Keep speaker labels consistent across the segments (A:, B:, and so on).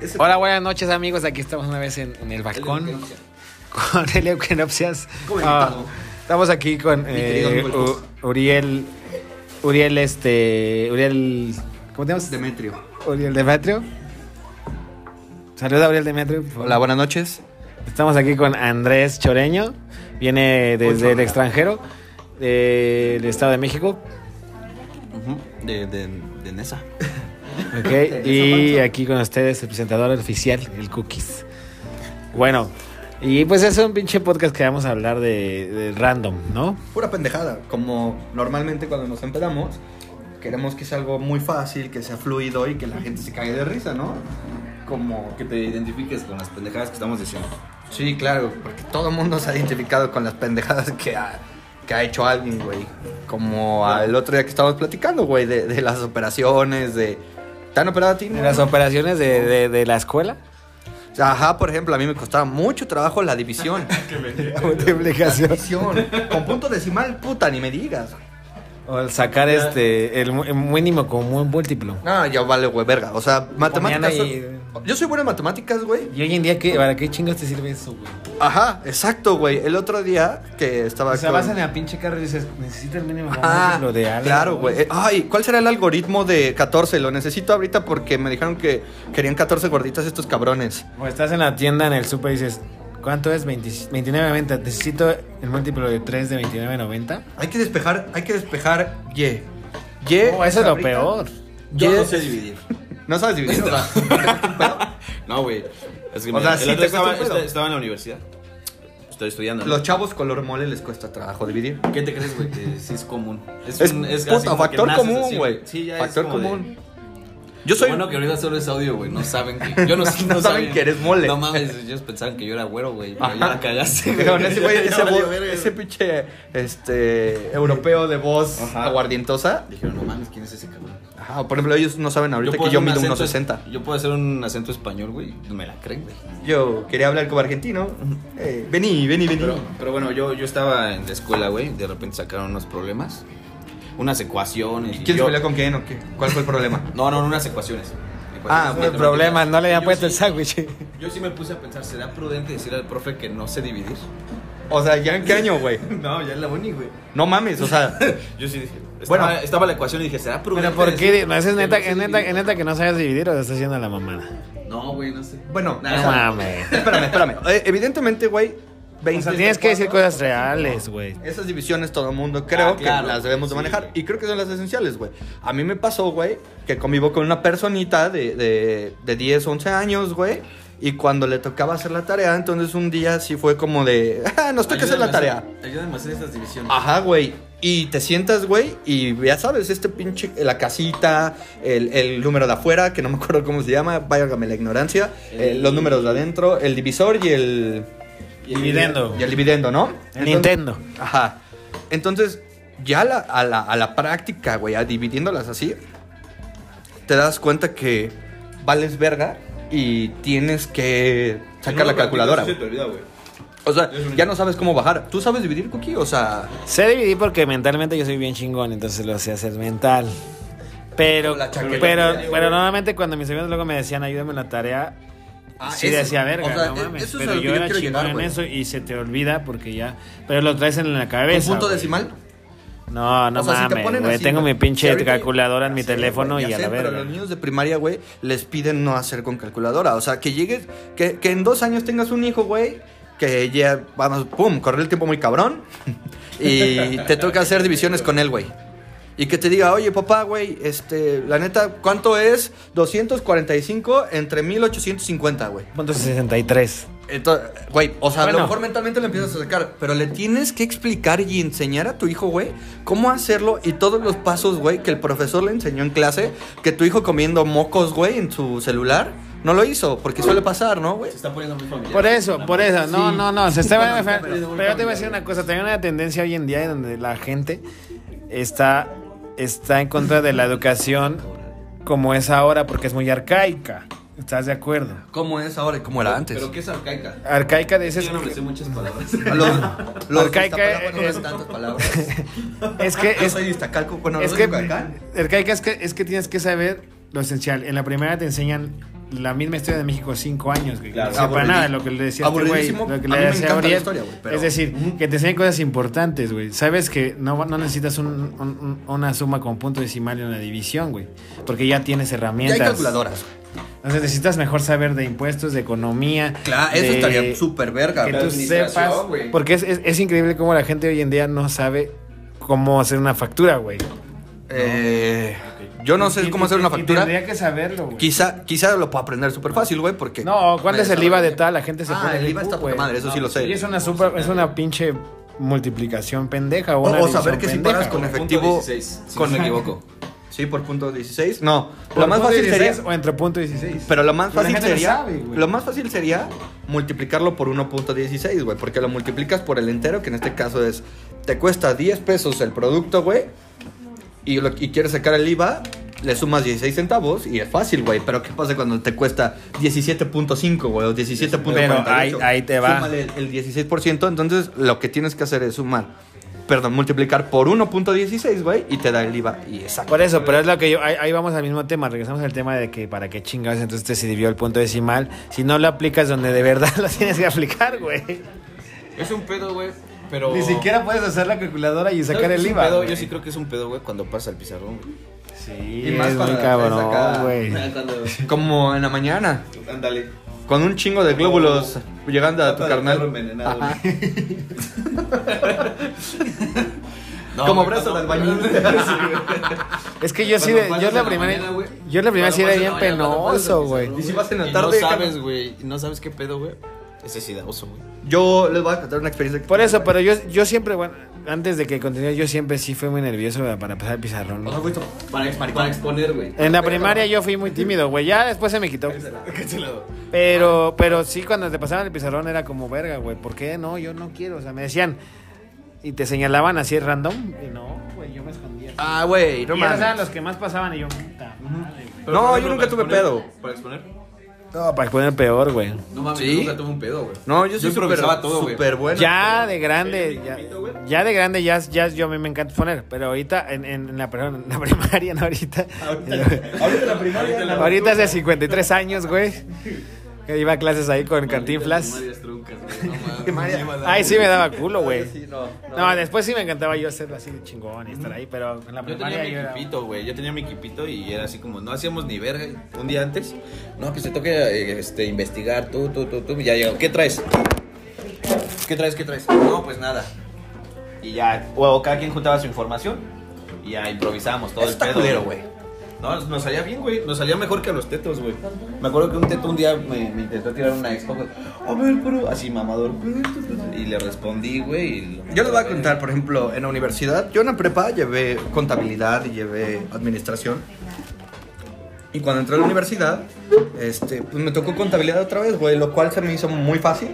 A: Ese-
B: Hola, buenas noches amigos, aquí estamos una vez en, en el balcón con el Eugenopsias.
A: Como
B: Ah,
A: invitado.
B: estamos aquí con
A: Mi querido
B: eh,
A: amigo el Cus.
B: U- Uriel, Uriel este, Uriel, ¿cómo te llamas?
A: Demetrio.
B: Uriel Demetrio. Saluda Uriel Demetrio. por favor.
C: Hola, buenas noches.
B: Estamos aquí con Andrés Choreño, viene desde el
A: Chorreño.
B: extranjero, del Estado de México.
C: Ujú, de, de, de Nesa.
B: Ok, y aquí con ustedes el presentador oficial, el Cookies. Bueno, y pues es un pinche podcast que vamos a hablar de, de random, ¿no?
C: Pura pendejada.
A: Como normalmente cuando nos empedamos, queremos que sea algo muy fácil, que sea fluido y que la gente se caiga de risa, ¿no? Como...
C: Que te identifiques con las pendejadas que estamos diciendo.
A: Sí, claro, porque todo el mundo se ha identificado con las pendejadas que ha, que ha hecho alguien, güey. Como el otro día que estábamos platicando, güey, de, de las operaciones, de... ¿Te han operado a ti?
B: De las operaciones de, de- de la escuela.
A: Ajá, por ejemplo, a mí me costaba mucho trabajo la división.
B: Multiplicación.
A: división. Con punto decimal, puta, ni me digas.
B: O el sacar este, el, mu- el mínimo común múltiplo.
A: No, ya vale, güey, verga. O sea, matemáticas.
B: Ponían
A: son- Yo soy bueno en matemáticas, güey.
B: Y hoy en día, ¿qué, ¿para qué chingas te sirve eso, güey?
A: Ajá, exacto, güey. El otro día que estaba.
B: O sea,
A: con-
B: vas en la pinche carro y dices, necesito el mínimo común
A: Ah,
B: múltiplo de algo.
A: claro, güey. Eh, Ay, ¿cuál será el algoritmo de 14? Lo necesito ahorita porque me dijeron que querían 14 gorditas estos cabrones.
B: O estás en la tienda, en el super y dices, ¿cuánto es? 20 29.90. Necesito el múltiplo de 3 de 29.90.
A: Hay que despejar, hay que despejar Y. Y. ¿Eh?
B: No, Oh, eso es lo
A: ahorita-
B: peor.
C: Yo
A: Y-
C: no sé dividir.
A: No sabes dividir. o sea,
C: No, güey. Es que
A: O sea,
C: mira, el
A: sí
C: otro
A: te
C: estaba,
A: cuesta un pedo.
C: esta- estaba en la universidad. Estoy estudiando. ¿no?
A: Los chavos color mole les cuesta trabajo dividir.
C: ¿Qué te crees, güey? Que sí es común.
A: Es,
C: un-
A: es
C: así como que
A: factor
C: naces
A: común,
C: así,
A: güey.
C: Sí, ya
A: factor
C: es como de-
A: común. Yo soy
C: Bueno, que ahorita solo es audio, güey. No saben que. Yo no,
A: No saben que eres mole.
C: No mames, ellos pensaban que yo era güero, güey. Pero ya
A: Ajá.
C: la cagaste, güey.
A: Dijeron, ese güey,
C: Ya
A: ese,
C: valió
A: bo-
C: verga,
A: ese
C: güey.
A: pinche este, europeo de voz
C: Ajá.
A: aguardientosa.
C: Dijeron, no mames, ¿quién es ese cabrón?
A: Ajá, por ejemplo, ellos no saben ahorita
C: puedo
A: que yo
C: hacer un
A: mido
C: acento-
A: 1.60.
C: Yo puedo hacer un acento español, güey. No me la creen, güey.
A: Yo quería hablar como argentino. Eh, vení, vení, vení.
C: Pero, pero bueno, yo, yo estaba en la escuela, güey. De repente sacaron unos problemas. Unas ecuaciones.
A: ¿Quién se
C: yo-
A: peleó con quién o qué? ¿Cuál fue el problema?
C: No, no, no, unas
A: Ah,
C: ecuaciones. Ecuaciones
B: No hay
C: matemáticas.
B: problema, no le habían
C: Yo
B: puesto el
C: sí-
B: sándwich.
C: Yo sí me puse a pensar, ¿será prudente decir al profe que no sé dividir?
A: O sea, ¿ya en qué año, güey?
C: No, ya es la uni, güey.
A: No mames, o sea.
C: Yo sí dije. Estaba,
A: Bueno.
C: estaba la ecuación y dije, ¿será prudente?
B: Pero ¿por qué?
C: decir
B: No, eso es
C: que
B: neta,
C: no sé
B: es neta,
C: dividir?
B: es neta que no sabes dividir o te estás haciendo la mamada.
C: No, güey, no sé.
A: Bueno,
C: Nah,
A: o
B: No
A: sea,
B: mames.
A: espérame, espérame. Eh, evidentemente, güey,
B: O
A: 20
B: sea, tienes que decir cosas reales, güey.
A: Esas divisiones todo el mundo creo
C: Ah, claro,
A: que las debemos de
C: sí,
A: manejar.
C: güey.
A: Y creo que son las esenciales, güey. A mí me pasó, güey, que convivo con una personita de, de, de 10, 11 años, güey. Y cuando le tocaba hacer la tarea, entonces un día sí fue como de, "Ah, nos toca hacer
C: Ayúdame
A: la
C: a
A: tarea.
C: Ayúdame a hacer estas divisiones.
A: Ajá, güey. Y te sientas, güey, y ya sabes, este pinche, la casita, el, el número de afuera, que no me acuerdo cómo se llama, váyame la ignorancia, eh,
C: El-
A: los números de adentro, el divisor y el...
B: Dividendo.
A: Y el dividendo, ¿no?
B: El
A: Entonces-
B: Nintendo.
A: Ajá. Entonces, ya la- a, la, a la práctica, güey, a dividiéndolas así, te das cuenta que vales verga y tienes que sacar la calculadora.
C: Sí,
A: güey.
C: te olvida, güey.
A: O sea,
C: es un-
A: ya no sabes cómo bajar. ¿Tú sabes dividir, Cookie? O sea,
B: Sé dividir porque mentalmente yo soy bien chingón, entonces lo sé hacer mental. Pero,
A: La
B: pero,
A: chaqueta.
B: pero, normalmente cuando mis amigos luego me decían ayúdame en la tarea,
A: Ah,
B: sí
A: eso.
B: decía verga,
A: O sea,
B: no
A: e-
B: mames.
A: eso es a
B: pero
A: lo que
B: yo
A: yo
B: era
A: quiero
B: chingón
A: llegar,
B: en
A: güey.
B: eso y se te olvida porque ya. Pero lo traes en la cabeza.
A: ¿un punto
B: güey.
A: decimal?
B: No, no
A: O sea, si te
B: mames,
A: ponen
B: güey.
A: así,
B: Tengo
A: güey,
B: mi pinche
A: si ahorita-
B: calculadora en mi
A: Ya sé,
B: teléfono
A: güey,
B: y
A: ya
B: a
A: sé,
B: la verga.
A: Pero los niños de primaria, güey, les piden no hacer con calculadora. O sea, que llegues, que, que en dos años tengas un hijo, güey, que ya, vamos, pum, correr el tiempo muy cabrón. y te toca hacer divisiones con él, güey. Y que te diga, oye, papá, güey, este, la neta, ¿cuánto es 245 entre 1850, güey?
B: Punto 63.
A: Entonces, güey, o sea, a
B: Bueno.
A: lo mejor mentalmente lo empiezas a sacar, pero le tienes que explicar y enseñar a tu hijo, güey, cómo hacerlo y todos los pasos, güey, que el profesor le enseñó en clase, que tu hijo comiendo mocos, güey, en su celular, no lo hizo, porque suele pasar, ¿no, güey?
C: Se está poniendo muy familiar.
B: Por eso, por eso. No,
A: Sí.
B: no, no. Se está
A: Bueno,
B: pero,
A: pero-
B: yo te voy a decir una cosa. También hay una tendencia hoy en día en donde la gente está, está en contra de la educación como es ahora porque es muy arcaica. ¿Estás de acuerdo?
A: ¿Cómo es ahora y cómo era antes?
C: Pero que es arcaica.
B: Arcaica de ese
C: Yo no me sé muchas palabras.
A: Los, los
B: Arcaica
A: destapalabras no
B: es-
A: ven tantas palabras.
B: es que
A: Yo
B: es,
A: soy distacalco, bueno,
B: es
A: no
B: que
A: soy Cuacán.
B: arcaica es que es que tienes que saber lo esencial. En la primera te enseñan la misma historia de México cinco años, que
C: Claro.
B: no sepa
A: Aburridi-
B: nada lo que le decía este güey.
A: aburridísimo.
B: Lo que
A: A mí
B: le
A: me
B: decía
A: encanta la
B: Uriel.
A: historia, güey, pero-
B: Es decir, que te enseñen cosas importantes, güey. Sabes que no, no necesitas un- un- un- una suma con punto decimal en la división, güey. Porque ya tienes
A: Ya
B: herramientas.
A: hay calculadoras.
B: Entonces necesitas mejor saber de impuestos, de economía.
A: Claro, eso
B: de-
A: estaría súper verga,
B: Que
A: güey.
B: tú
C: administración,
B: sepas.
C: güey.
B: Porque es, es- es increíble cómo la gente hoy en día no sabe cómo hacer una factura, güey.
A: Eh, yo no sé
B: Y-
A: cómo hacer
B: y-
A: una
B: y
A: factura.
B: Tendría que saberlo, güey.
A: Quizá, quizá lo puedo aprender súper fácil, güey, porque...
B: No, ¿cuál
A: me
B: es el IVA de
A: desarrollé.
B: tal? La gente se
A: Ah,
B: pone
A: el IVA
B: de
A: está
B: cu,
A: poca
B: güey.
A: madre, eso sí lo sé.
B: Y es una super, es una pinche multiplicación pendeja.
A: O-
B: una
A: o saber
B: división
A: que si
B: pendeja,
A: paras con
B: güey.
A: el- Efectivo,
C: Punto 16, si
A: con-
C: no me equivoco.
A: Sí, por punto 16. No,
B: Por
A: lo más
B: punto
A: fácil
B: 16
A: sería...
B: o entre punto 16.
A: Pero lo más
B: Pero la
A: fácil
B: gente lo
A: sería...
B: sabe, güey.
A: lo más fácil sería multiplicarlo por 1.16, güey, porque lo multiplicas por el entero, que en este caso es... Te cuesta 10 pesos el producto, güey, y, lo- y quieres sacar el IVA, le sumas 16 centavos y es fácil, güey. Pero ¿qué pasa cuando te cuesta 17.5, güey? O 17.48.
B: Pero ahí- ahí te va.
A: Súmale el, el 16%, entonces lo que tienes que hacer es sumar, perdón, multiplicar por 1.16, güey, y te da el IVA. Y exacto.
B: Por eso, pero es lo que yo. Ahí, ahí vamos al mismo tema. Regresamos al tema de que para qué chingados entonces te sirvió el punto decimal. Si no lo aplicas donde de verdad lo tienes que aplicar, güey.
C: Es un pedo, güey, pero...
B: Ni siquiera puedes usar la calculadora y
C: ¿Sabes
B: sacar
C: qué es
B: el
C: un
B: IVA.
C: pedo?
B: güey.
C: Yo sí creo que es un pedo, güey, cuando pasa el pizarrón, güey.
B: Sí,
A: Y más
B: es
A: para
B: muy
A: la
B: cabrón,
A: empresa
B: güey.
C: Cuando-
A: Como en la mañana,
C: Ándale.
A: con un chingo de glóbulos llegando a tu
C: Pata de perro
A: carnal.
C: envenenado, güey. No,
A: Como
C: güey,
A: brazo de
C: cuando-
A: albañil.
B: Es que yo sí,
C: Cuando
B: de-
C: pasas
B: yo la
C: en la
B: primera,
C: mañana, güey.
B: yo la primera
C: Cuando
B: sí era
C: pasas en
B: bien
C: la mañana, cuando pasas en
B: penoso,
C: el
B: güey.
A: Y si vas en la
C: Y
A: tarde,
C: No sabes,
A: carnal.
C: güey. y No sabes qué pedo, güey. Ese es sidaoso, güey.
A: Yo les voy a contar una experiencia que
B: Por
A: tuve,
B: eso,
A: güey.
B: pero yo, yo siempre, bueno, antes de que continúe, yo siempre sí fui muy nervioso güey, para pasar el pizarrón.
A: O
B: ¿no?
A: sea, fuiste-
C: Para, exponer, güey.
B: En la primaria yo fui muy tímido, güey. Ya después se me quitó.
C: Cancelado.
B: Pero, pero sí, cuando te pasaban el pizarrón era como verga, güey. ¿Por qué? No, yo no quiero. O sea, me decían. Y te señalaban así random. Y no, güey, yo me escondía.
A: Ah, güey, no
B: y esos eran
A: mames.
B: los que más pasaban y yo, puta madre, güey.
A: No, yo nunca tuve pedo.
C: ¿Para exponer?
B: No, para poner peor, güey.
C: No mames,
A: ¿Sí?
C: yo nunca tuve un pedo, güey.
A: No, yo soy súper
C: improvisaba todo, güey.
A: súper bueno.
B: ya de grande,
C: Pero,
B: ya,
C: ¿pero güey?
B: ya de grande, ya, ya yo a mí me encanta poner, pero ahorita en, en la, perdón, en la primaria, no ahorita. Eh,
A: Ahorita la primaria.
B: ahorita hace 53 años, güey. Que iba a clases ahí con Cantinflas.
C: Primarias truncas, güey.
A: Primaria.
C: No mames.
B: Ay, sí me daba culo, güey.
A: Sí, no, no.
B: No, después sí me encantaba yo ser así de chingón y estar ahí, pero en la
C: Yo tenía
B: primaria
C: mi
B: yo era...
C: equipito, güey. Yo tenía mi equipito y era así como, no hacíamos ni verga un día antes. No, que se toque eh, este, investigar, tú, tú, tú, tú. y Ya llegó. ¿Qué traes? ¿Qué traes? ¿Qué traes? No, pues nada. Y ya, o cada quien juntaba su información. Y ya improvisábamos todo
A: Eso
C: el
A: está
C: pedo.
A: culero, güey.
C: No, nos salía bien, güey. Nos salía mejor que a los tetos, güey. Me acuerdo que un teto un día me, me intentó tirar una expo. güey. A ver, pero así mamador. Y le respondí, güey. y lo-
A: Yo les voy a contar, por ejemplo, en la universidad, yo en la prepa llevé contabilidad y llevé administración. Y cuando entré a la universidad, este, pues me tocó contabilidad otra vez, güey, lo cual se me hizo muy fácil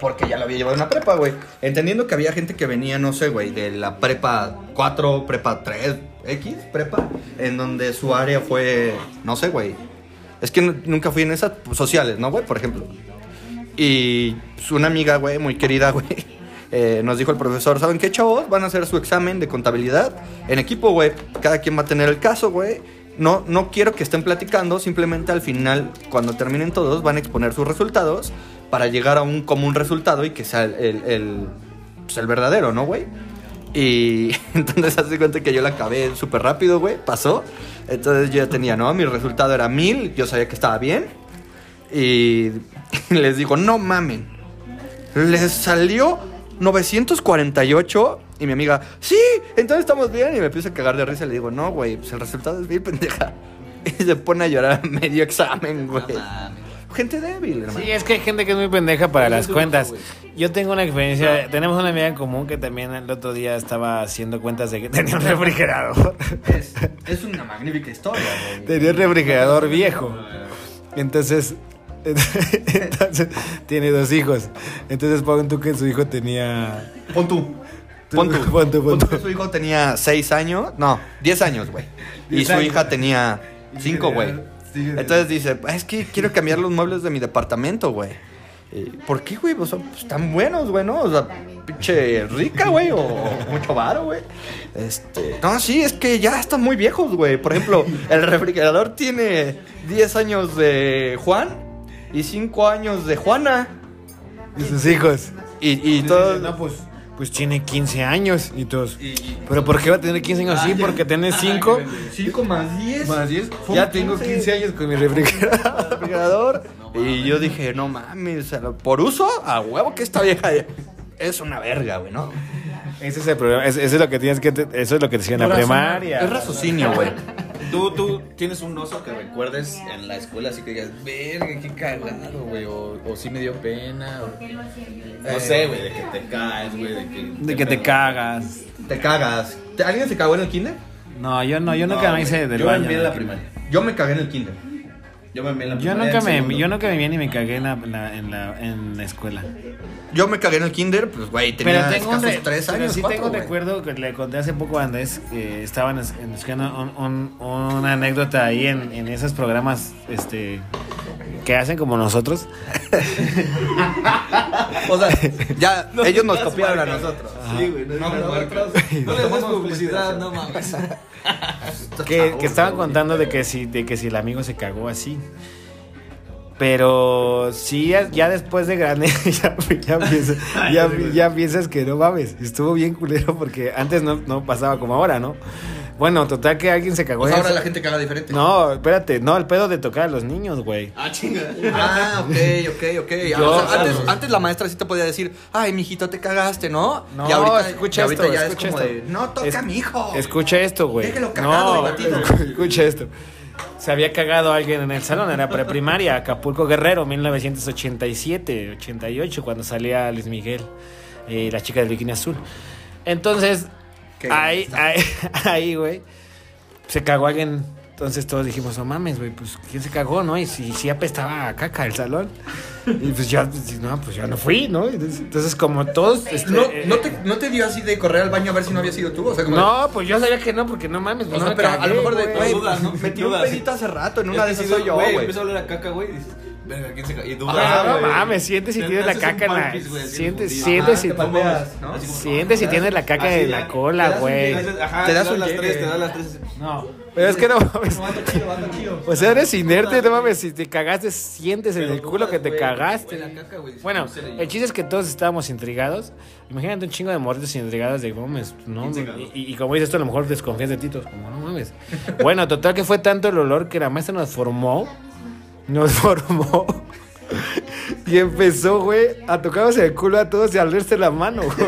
A: porque ya lo había llevado en la prepa, güey. Entendiendo que había gente que venía, no sé, güey, de la prepa 4, prepa 3, X, prepa, en donde su área fue, no sé, güey. Es que n- nunca fui en esas pues, sociales, ¿no, güey? Por ejemplo. Y pues, una amiga, güey, muy querida, güey, eh, nos dijo el profesor, ¿saben qué, chavos? Van a hacer su examen de contabilidad en equipo, güey. Cada quien va a tener el caso, güey. No, no quiero que estén platicando, simplemente al final, cuando terminen todos, van a exponer sus resultados para llegar a un común resultado y que sea el, el, el, pues, el verdadero, ¿no, güey? Y entonces hace cuenta que yo la acabé súper rápido, güey, pasó. Entonces yo ya tenía, ¿no? Mi resultado era mil, yo sabía que estaba bien. Y les digo, no mamen. Les salió 948. Y mi amiga, sí, entonces estamos bien. Y me empiezo a cagar de risa. Le digo, no, güey, pues el resultado es bien pendeja. Y se pone a llorar a medio examen, güey.
C: No mames.
A: Gente débil, hermano.
B: Sí, es que hay gente que es muy pendeja para
C: Yo
B: las
C: soy
B: cuentas.
C: güey.
B: Yo tengo una experiencia, tenemos una amiga en común que también el otro día estaba haciendo cuentas de que tenía un refrigerador.
A: Es, es una magnífica historia, güey.
B: Tenía un refrigerador viejo. Entonces, entonces tiene dos hijos. Entonces, pon tú que su hijo tenía.
A: Pon tú.
B: Tú,
A: Pon tú.
B: pon tú,
A: Pon
B: pon
A: tú
B: tú.
A: que Su hijo tenía 6 años. No, 10 años, güey. Y
B: Diez
A: su
B: años.
A: hija tenía 5, güey.
B: Sí,
A: Entonces dice, es que quiero cambiar los muebles de mi departamento, güey. Eh, ¿Por qué, güey? O sea, pues, están buenos, güey, ¿no? O sea, pinche rica, güey, o mucho varo, güey. Este, no, sí, es que ya están muy viejos, güey. Por ejemplo, el refrigerador tiene 10 años de Juan y 5 años de Juana.
B: Y sus hijos.
A: Y, y
B: Y
A: todo...
B: todos, no, pues, pues tiene 15 años. Y todos,
C: Y- y-
B: ¿pero por qué va a tener 15 años? Sí, porque tiene 5
A: 5 más 10.
B: más 10.
A: Ya
B: Ya tengo 15 años con mi refrigerador.
A: refrigerador. y yo dije, no mames, o sea, por uso, a huevo que esta vieja es una verga, güey, ¿no?
B: Ese es el problema. es- Eso es lo que tienes que. te- Eso es lo que te decían en la primaria.
A: Es raciocinio, güey.
C: ¿Tú, tú tienes un oso que recuerdes en la escuela así que digas, verga, qué cagado, güey, o, o sí me dio pena, o... No sé, güey, de que te caes, güey, de que...
B: De que te cagas.
A: Te cagas. ¿Te- ¿Alguien se cagó en el kinder?
B: No, yo no, yo nunca me hice del
C: yo
B: baño.
C: me envié en la primaria.
A: Yo me cagué en el kinder.
C: Yo me envié en la
B: Yo
C: primaria.
B: nunca
C: en
B: me,
C: segundo.
B: yo nunca me vi ni me cagué en la, en la, en la, en la escuela.
A: Yo me cagué en el kinder, pues, güey, tenía
B: un
A: escasos
B: re-
A: tres
B: pero
A: años,
B: sí
A: cuatro,
B: tengo un
A: güey.
B: recuerdo que le conté hace poco a Andrés que estaban es- en- buscando un- un- una anécdota ahí en, en esos programas este que hacen como nosotros.
A: O sea, ya,
C: No
A: ellos nos
C: digas
A: copiaron a
C: marcas.
A: nosotros.
C: Sí, güey,
A: No,
C: no, digas
A: no,
C: marcas.
A: otros-
C: no les das
A: Tomamos publicidad.
C: publicidad, no mames.
B: que,
A: Chabón,
B: que estaban
A: güey.
B: contando de que si de que si el amigo se cagó así pero sí ya, ya después de grande ya, ya piensas, ya- ya piensas que no mames estuvo bien culero porque antes no, no pasaba como ahora no bueno total que alguien se cagó
A: Pues
B: en
A: ahora
B: eso.
A: la gente caga diferente.
B: no espérate no el pedo de tocar a los niños güey
C: Ah, chinga.
A: Ah, ok, ok, ok. Ah,
B: Yo-
A: o sea, antes,
B: claro.
A: antes la maestra sí te podía decir, ay, mijito, te cagaste, ¿no?
B: No,
A: y ahorita,
B: escucha
A: y ahorita
B: esto,
A: ya
B: escucha
A: es como
B: esto.
A: de, no toca
B: Es-
A: a mi hijo.
B: Escucha esto, güey.
A: Déjelo cagado y batido.
B: escucha esto. Se había cagado alguien en el salón, era preprimaria, Acapulco Guerrero, 1987, 88, cuando salía Luis Miguel y la chica del bikini azul. Entonces,
A: Qué
B: ahí,
A: grande
B: ahí, ahí, güey, se cagó alguien. Entonces todos dijimos, no mames, güey, pues quién se cagó, ¿no? Y si, si apestaba a caca el salón. Y pues ya, pues, no, pues yo no fui, ¿no? Entonces, entonces, como todos... este,
A: No,
B: eh,
A: no, te, no te dio así de correr al baño a ver si no había sido tú. O sea, como de-
B: no, pues yo sabía que no, porque no mames.
A: o
B: pues,
A: sea,
B: no me
A: pero a
B: cagué,
A: lo mejor de, güey,
C: Dudas, ¿no?
A: metí un
C: Dudas.
A: pedito hace rato, en una de
C: Es que
A: esas
C: sí,
A: soy yo, güey.
C: Empieza a oler a caca, güey, y dices, verga, ¿quién se cagó? Y dudas,
B: Ah, no
C: güey.
B: mames, sientes si
C: Te
B: tienes la
C: haces un
B: caca en la-
C: palpis, güey, así
B: sientes-
C: como,
B: sientes
C: ajá,
B: si-
C: te palpeas,
A: ah, ¿no?
C: Así como,
B: Siente si
C: ah,
B: tienes la caca
C: así
B: en
C: ya.
B: la cola,
C: Te das un-
B: güey.
C: Ajá,
A: Te
C: te
A: das
C: das
A: un
C: las tres,
A: llegue.
C: te das las tres.
B: No, pero es que no mames. O sea, eres inerte, no mames. Si te cagaste, sientes en el culo que te cagaste. Bueno, el chiste es que todos estábamos intrigados. Imagínate un chingo de morritos intrigados de mames, no,
C: ¿Quién se cagó?
B: y, y- y como dices tú, a lo mejor desconfías de ti, todos como no mames. Bueno, total que fue tanto el olor que la maestra nos formó, nos formó y empezó, güey, a tocarnos el culo a todos y a olerse la mano, güey.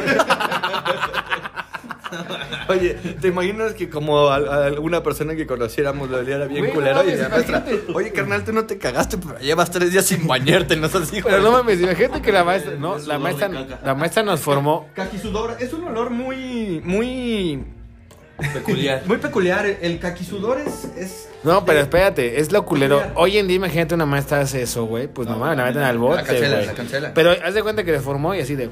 A: Oye, ¿te imaginas que como a, a alguna persona que conociéramos lo oliera bien
B: Güey, no
A: culero y
B: mames,
A: la maestra,
B: imagínate.
A: oye, carnal, tú no te cagaste, pero llevas tres días sin bañarte, no seas hijo.
B: Pero no mames, imagínate que la maestra, no,
C: Es
B: la
C: sudor
B: maestra,
C: de caca.
B: la maestra nos formó.
A: Kakisudor es un olor muy, muy,
C: Peculiar.
A: muy peculiar. El kakisudor es, es
B: No, pero espérate, es lo culero.
A: Pues Mira.
B: Hoy en día imagínate una maestra hace eso, güey, pues no,
C: No,
B: mames, la meten al
C: la
B: bote,
A: cancela,
B: güey.
A: la cancela.
B: Pero haz de cuenta que le formó y así de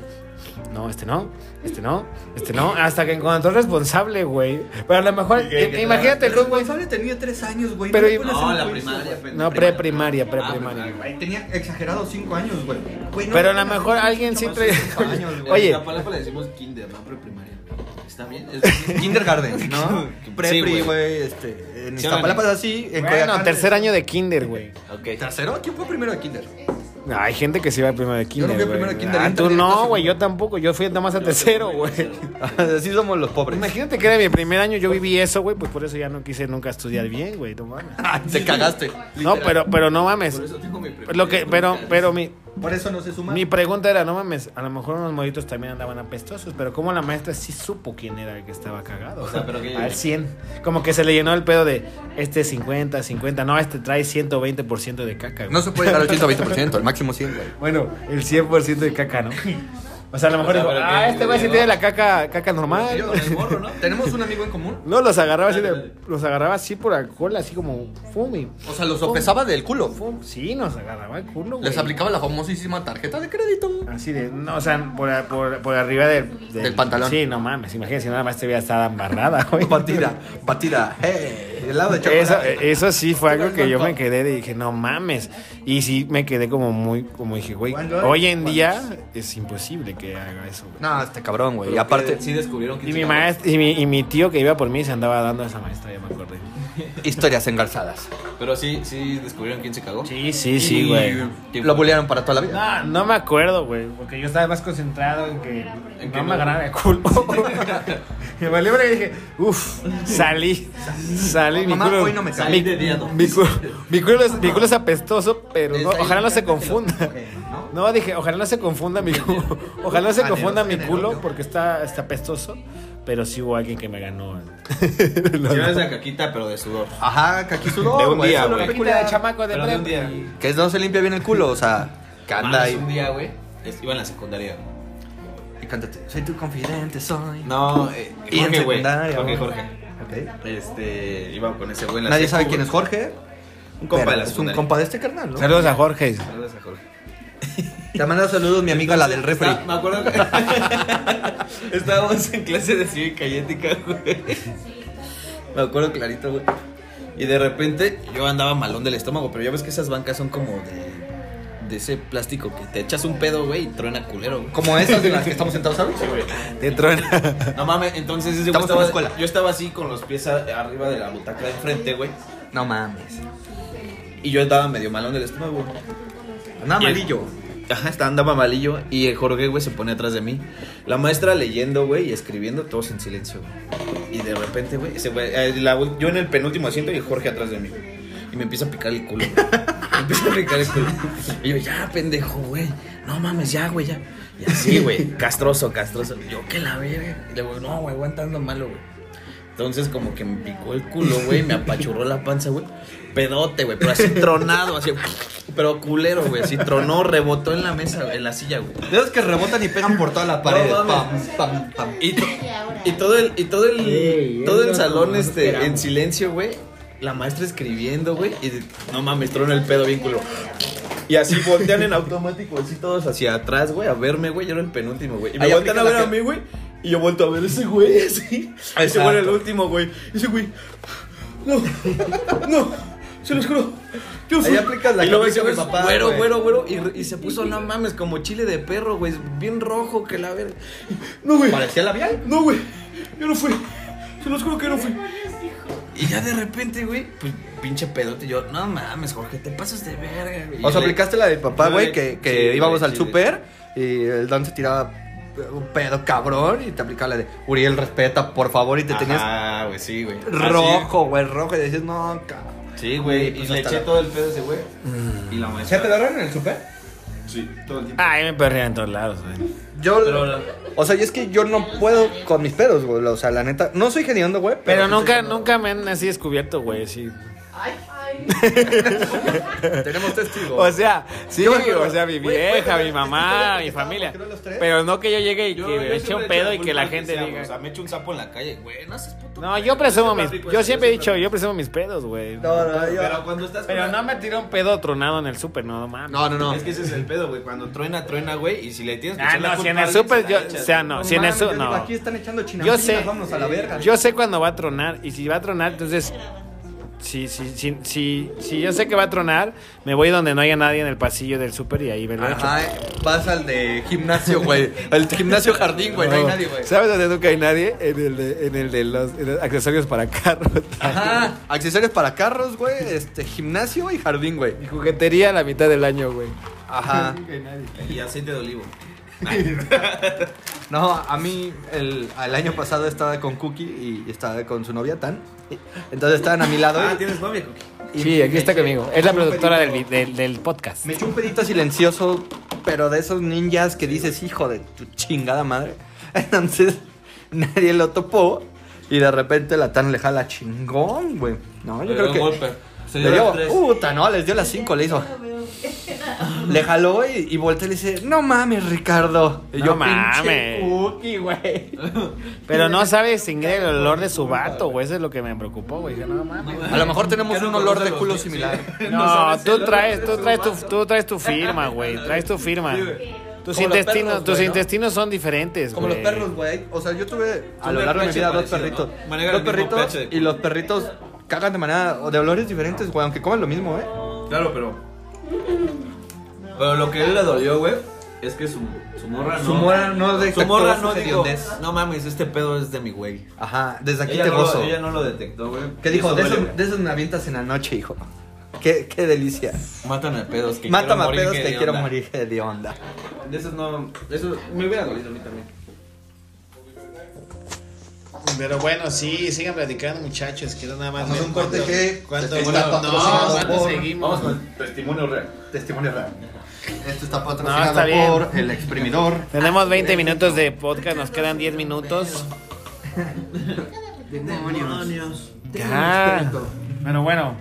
B: no, este no, este no, este no, hasta que encontró el responsable, güey. Pero a lo mejor
C: Y que-
B: im-
C: que-
B: imagínate el
A: El
B: güey.
A: responsable tenía tres años, güey.
B: Pero-
A: le puedes hacer
C: No,
A: un
C: la
A: juicio,
C: primaria.
A: güey.
B: No, preprimaria,
C: Ah,
B: preprimaria.
A: Güey, Tenía exagerado cinco años, güey. Güey, no,
B: Pero
A: pues,
B: a
A: no,
B: lo
A: no,
B: mejor
A: no,
B: alguien
A: mucho
B: sí
A: más
B: trae-
A: de cinco años, güey.
B: Oye.
C: En Iztapalapa le decimos kinder, no preprimaria. ¿Está bien? Es-
A: Kindergarten, ¿no?
C: Sí,
A: Prepri,
C: güey.
A: güey. Este, en
C: Sí,
A: Iztapalapa es así. En
B: Bueno,
A: Coyoacán
B: tercer
A: es-
B: año de kinder, güey.
C: Ok.
A: ¿Tercero? ¿Quién fue primero de Kinder?
B: No, Hay gente que sí va primero de kinder,
A: fui a
B: güey.
A: primero de kinder,
B: Ah,
A: entré
B: tú
A: directo a
B: no,
A: segundo.
B: güey, yo tampoco, yo fui nomás a tercero, güey.
A: así somos los
C: Pues,
A: pobres.
B: Imagínate que era mi primer año, yo viví eso, güey, pues por eso ya no quise nunca estudiar
C: Mm.
B: bien, güey, no mames.
A: Ah, Te cagaste.
B: No, pero, pero no mames.
C: Por eso tengo mi preprimaria.
B: Lo que, pero, pero mi,
A: Por eso no se suma.
B: mi pregunta era, no mames, a lo mejor unos moritos también andaban apestosos, pero como la maestra sí supo quién era el que estaba cagado, o sea,
C: pero que-
B: al 100. Como que se le llenó el pedo de, este 50, 50, no, este trae 120% de caca, güey.
A: No se puede llegar al 120%, al máximo 100, güey.
B: Bueno, el 100% de caca, ¿no? O sea, a lo mejor
C: O sea,
B: dijo,
C: pero
B: ah,
C: que- Pues
B: este güey sí tiene la caca, caca normal.
C: Yo, el morro, ¿no?
A: Tenemos un amigo en común.
B: No, los agarraba así de, los agarraba así por la cola, así como, fum, y
A: O sea, los sopesaba del culo.
B: fum. Sí, nos agarraba el culo, güey.
A: Les aplicaba la famosísima tarjeta de crédito.
B: Así de, no, o sea, por, a- por, por arriba del,
A: Del pantalón.
B: Sí, no mames, imagínate si nada más te hubiera estado embarrada, güey.
A: Batida, batida. Hey. helado de chocolate.
B: Eso,
C: eh.
B: eso sí fue algo que yo me quedé de dije, no mames. Y sí me quedé como muy, como dije, güey, hoy en día es imposible que haga eso, güey.
A: No, este cabrón, güey.
C: Pero
A: Y
C: que
A: aparte,
C: sí descubrieron que
B: Y mi,
C: sí,
B: maest- y, mi, y mi tío que iba por mí se andaba dando a esa maestra, ya me acordé.
A: historias engarzadas.
C: Pero sí, sí descubrieron quién se cagó.
B: Sí, sí,
C: Y-
B: sí, güey.
C: ¿quién
A: Lo
C: fue?
A: bullearon para toda la vida.
B: No, no me acuerdo, güey, porque yo estaba más concentrado en que
C: En
B: no
C: que
B: me
C: no.
B: agarrara el culo. me valió verga y dije, uff, salí, salí, mi
A: Mamá,
B: culo.
A: hoy no me
C: Salí
A: salí.
C: de día, ¿no?
B: Mi culo, mi culo es, mi culo es apestoso, pero no-
A: Está ahí,
B: ojalá no se
A: que lo
B: confunda.
A: toque,
B: No, dije, ojalá no se confunda mi culo. Ojalá no se
A: Ah,
B: confunda
A: no,
B: mi
A: no,
B: culo
A: no.
B: porque está, está apestoso. Pero sí hubo alguien que me ganó.
C: Sí, era esa caquita, pero de sudor.
A: Ajá, aquí sudó.
C: De un
A: güey,
C: día,
A: eso es lo
C: güey.
A: que
B: Película de
A: culea.
B: chamaco de
C: Pero de un
B: prepa.
C: día.
A: Que no se limpia bien el culo, o sea, que anda
C: Mames,
A: ahí.
C: un día, güey. es- Iba en la secundaria.
A: Y cántate. Soy tu confidente, soy.
C: No, eh,
A: Y en
C: Jorge, güey.
A: secundaria,
C: Jorge,
A: güey.
C: Jorge.
A: Ok.
C: Este, iba con ese güey en la
A: Nadie
C: secu,
A: sabe
C: güey.
A: quién es Jorge.
C: Un compa
A: pero
C: de la
A: Es un
C: secundaria.
A: compa de este carnal, ¿no?
B: Saludos a Jorge.
C: Saludos a Jorge.
A: Te manda saludos mi amiga, la Ah, del refri.
C: Está- me acuerdo que estábamos en clase de cívica y ética, güey. Me acuerdo clarito, güey. Y de repente yo andaba malón del estómago, pero ya ves que esas bancas son como de, de ese plástico que te echas un pedo, güey, y truena culero, güey.
A: Como esas de las que estamos sentados, ¿sabes?
B: Te truena.
C: No mames, entonces ese güey
A: Estamos en
C: estaba,
A: la escuela.
C: yo estaba así con los pies a- arriba de la butaca de enfrente, güey.
A: No mames.
C: Y yo andaba medio malón del estómago.
A: Anda amarillo.
C: Ajá, está, andaba malillo. Y el Jorge, güey, se pone atrás de mí. La maestra leyendo, güey, y escribiendo, todos en silencio, güey. Y de repente, güey, ese güey, eh, la ul- yo en el penúltimo asiento y el Jorge atrás de mí. Y me empieza a picar el culo. güey. Me empieza a picar el culo. Y yo, ya, pendejo, güey. No mames, ya, güey, ya. Y así, güey, castroso, castroso. Yo, que la verga. Y le digo, no, güey, aguantando malo, güey. Entonces como que me picó el culo, güey, me apachurró la panza, güey. Pedote, güey, pero así tronado, así, pero culero, güey, así tronó, rebotó en la mesa, en la silla, güey.
A: De esos que rebotan y pegan por toda la pared.
C: No
A: pam,
C: mames.
A: pam, pam.
C: Y, to- y todo el, y todo el,
B: Ey,
C: todo el
B: eso
C: salón,
B: no
C: este, en
B: esperamos.
C: silencio, güey. La maestra escribiendo, güey, y de- no mames, tronó el pedo bien culo. Y así voltean en automático, así todos hacia atrás, güey, a verme, güey, yo era el penúltimo, güey. Y me
A: Ahí
C: voltean a ver
A: aplica
C: a
A: la
C: mí, güey, y yo vuelto a ver a ese güey, así. Ese güey era el
A: Exacto.
C: último, güey. Ese güey, no, no, se los juro. Yo
A: Ahí aplicas la
C: y luego
A: que
C: ese
A: aplica
C: güey,
A: mi papá,
C: güero,
A: güey.
C: güero, güero, y, re- y se puso, no mames, como chile de perro, güey, bien rojo que la verga. No, güey.
A: ¿Parecía labial?
C: No, güey, yo no fui. Se los juro que no fui. Y ya de repente, güey, pues pinche pedote. Yo, no mames, Jorge, te pasas de verga, güey.
A: O sea, aplicaste la del papá,
C: Yo le-
A: güey, que,
C: sí,
A: que
C: güey,
A: íbamos al
C: sí,
A: súper y el don se tiraba un pedo cabrón y te aplicaba la de Uriel, respeta, por favor, y te tenías
C: Ah, güey, sí, güey.
A: rojo, güey, rojo, y decías, no, cabrón.
C: Sí, güey. Y
A: Pues
C: le
A: hasta
C: eché
A: la-
C: todo el pedo a ese güey. Y la maestra.
A: agarraron en el súper?
C: Sí, todo el tiempo.
B: Ay, Ah, me perrea en todos lados, güey.
A: Yo,
C: Pero-
A: o sea, y es que yo no puedo con mis pedos, güey, o sea, la neta, no soy geniando, güey.
B: Pero
A: sí soy
B: nunca,
A: geniando.
B: nunca me han así descubierto, güey, sí.
A: Tenemos testigos.
B: O sea, sí,
A: Yo me acuerdo.
B: o sea, mi
A: Güey,
B: vieja,
A: güey,
B: mi
A: ¿te
B: mamá,
A: acuerdas
B: mi
A: que
B: familia.
A: estábamos los tres?
B: Pero no que yo llegue y que
C: Yo- yo
B: me eche
C: siempre
B: un
C: he
B: pedo
C: hecho
B: y que la
C: culpa
B: gente
C: sea, O
B: diga.
A: "Ah,
C: sea, me echo un sapo en la calle, güey. No seas puto.
B: No, yo presumo mis.
C: Siempre
B: Yo siempre he
C: aplico
B: dicho,
C: eso,
B: yo presumo mis pedos, güey.
A: No, no, yo-
C: Pero cuando estás. con
B: Pero
C: la-
B: no me tiró un pedo tronado en el súper, no mames.
A: No, no, no.
C: Es que ese es el pedo, güey. Cuando truena, truena, güey. Y si le tienes que
B: Ah,
C: echar la
B: no, si
C: culpa
B: en
C: a
B: el
C: alguien,
B: súper,
C: se
B: yo,
C: la
B: o
C: echas,
B: sea,
C: güey.
B: no, si en el
A: mames, yo
B: súper,
A: digo,
B: no.
A: Aquí están echando
B: Yo sé,
A: chinampinas, vámonos a la verga.
B: yo sé cuando va a tronar y si va a tronar, entonces, si, si, si, si, si yo sé que va a tronar, me voy donde no haya nadie en el pasillo del súper y ahí me lo echo.
A: Ajá, vas al de gimnasio, güey. Al gimnasio jardín, güey. No hay nadie, güey.
B: ¿Sabes dónde nunca hay nadie? En el de, en el de los, en los accesorios para carros.
A: Ajá. Accesorios para carros, güey. Este, gimnasio y jardín, güey.
B: Y juguetería a la mitad del año, güey.
A: Ajá.
C: Y aceite de olivo.
A: No, a mí el, el año pasado estaba con Cookie y estaba con su novia Tan. Entonces estaban a mi lado.
C: Ah,
A: y-
C: tienes novia, Cookie.
A: y
B: Sí,
A: me
B: aquí está
A: eché-
B: conmigo. Es la
A: me eché un
B: productora del, vi-
A: pedito-
B: del, del podcast.
A: Me echó un pedito silencioso, pero de esos ninjas que dices, hijo de tu chingada madre. Entonces, nadie lo topó. Y de repente la tan le jala chingón, güey. No, yo creo que.
C: Se
A: Le
C: dio
A: dio,
C: las tres.
A: puta, no, les dio las 5, le hizo. Le jaló y, y volteó y le dice, no mames, Ricardo. Y
B: No
A: yo,
B: mames.
A: pinche Cookie, güey.
B: Pero no sabe distinguir el olor de su vato, güey. Eso es lo que me preocupó, güey. Dije, no mames.
A: A lo mejor tenemos
C: Ya no
A: un olor
C: conoce
A: de
C: los
A: culo
C: míos, sí.
A: similar.
B: No,
C: sabes el
B: tú
C: olor
B: traes,
C: de
B: tú
C: su
B: traes tu,
C: vato.
B: tú traes tu firma, güey. Traes tu firma.
C: Sí, güey.
B: Tus
A: Como los
B: intestinos,
A: perros,
B: tus
A: güey, ¿no?
B: intestinos son diferentes,
A: Como los
B: güey.
A: perros, güey. O sea, yo tuve Eh, a
C: Son
A: lo
C: de
A: largo de mi
C: pH
A: vida dos
C: parecido,
A: perritos.
C: ¿no? Manejan
A: Dos
C: el mismo
A: perritos
C: pH de
A: y
C: culo.
A: los perritos cagan de manera o de olores diferentes, güey, aunque coman lo mismo, ¿eh?
C: Claro, pero. Pero lo que a él le dolió, güey, es que su, su morra no.
A: Su morra no detectó
C: Su morra
A: su
C: no dijo,
A: hediondez.
C: No mames, este pedo es de mi güey.
A: Ajá, desde aquí
C: Ella
A: te
C: no,
A: gozo.
C: lo- ella no lo detectó, güey.
A: ¿Qué
C: Y
A: dijo?
C: eso
A: De
C: duele,
A: esos,
C: güey.
A: de esos me avientas en la noche, hijo. Qué, qué delicia.
C: Mátame a pedos que
A: Mátame a
C: quiero morir,
A: pedos,
C: que
A: te
C: de
A: quiero
C: onda.
A: morir de onda.
C: De esos no. De esos me hubiera dolido a mí también.
D: Pero bueno, sí, sigan platicando, muchachos. Queda nada más.
A: Vamos a un
D: ver
A: corte
D: cuánto-
A: que
D: cuánto-
A: está
D: bueno,
A: patrocinado
D: no, ¿cuánto
A: por-
D: seguimos?
C: testimonio real.
A: Testimonio real. Esto está
B: No, está
A: patrocinado
B: bien.
A: por el exprimidor.
B: Tenemos 20 minutos de podcast, nos quedan 10 minutos.
A: Demonios.
B: Ya. Pero bueno.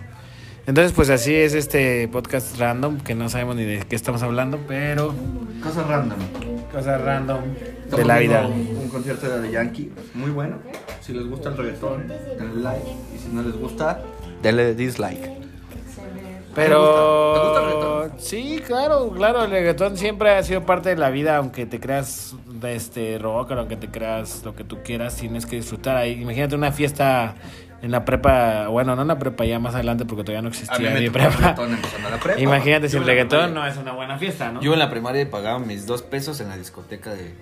B: Entonces, pues así es este podcast random, que no sabemos ni de qué estamos hablando, pero
A: Cosas random.
B: cosas random de
A: Estamos
B: la
A: viendo
B: vida.
A: Un concierto de The Yankee. Muy bueno. Si les gusta el reggaetón, denle like. Y si no les gusta, denle dislike.
B: Pero.
A: ¿Te gusta? ¿Te gusta el reggaetón?
B: Sí, claro, claro. El reggaetón siempre ha sido parte de la vida, aunque te creas este rock, aunque te creas lo que tú quieras, tienes que disfrutar ahí. Imagínate una fiesta en la prepa, bueno, no en la prepa, ya más adelante, porque todavía no
A: A mí
B: existía
A: me
B: mi
A: tocó el
B: prepa.
A: reggaetón empezando la prepa.
B: Imagínate sin
C: Yo en la
B: reggaetón, no
C: primaria.
B: es una buena fiesta, ¿no?
C: Yo en la primaria pagaba mis dos pesos en la discoteca de.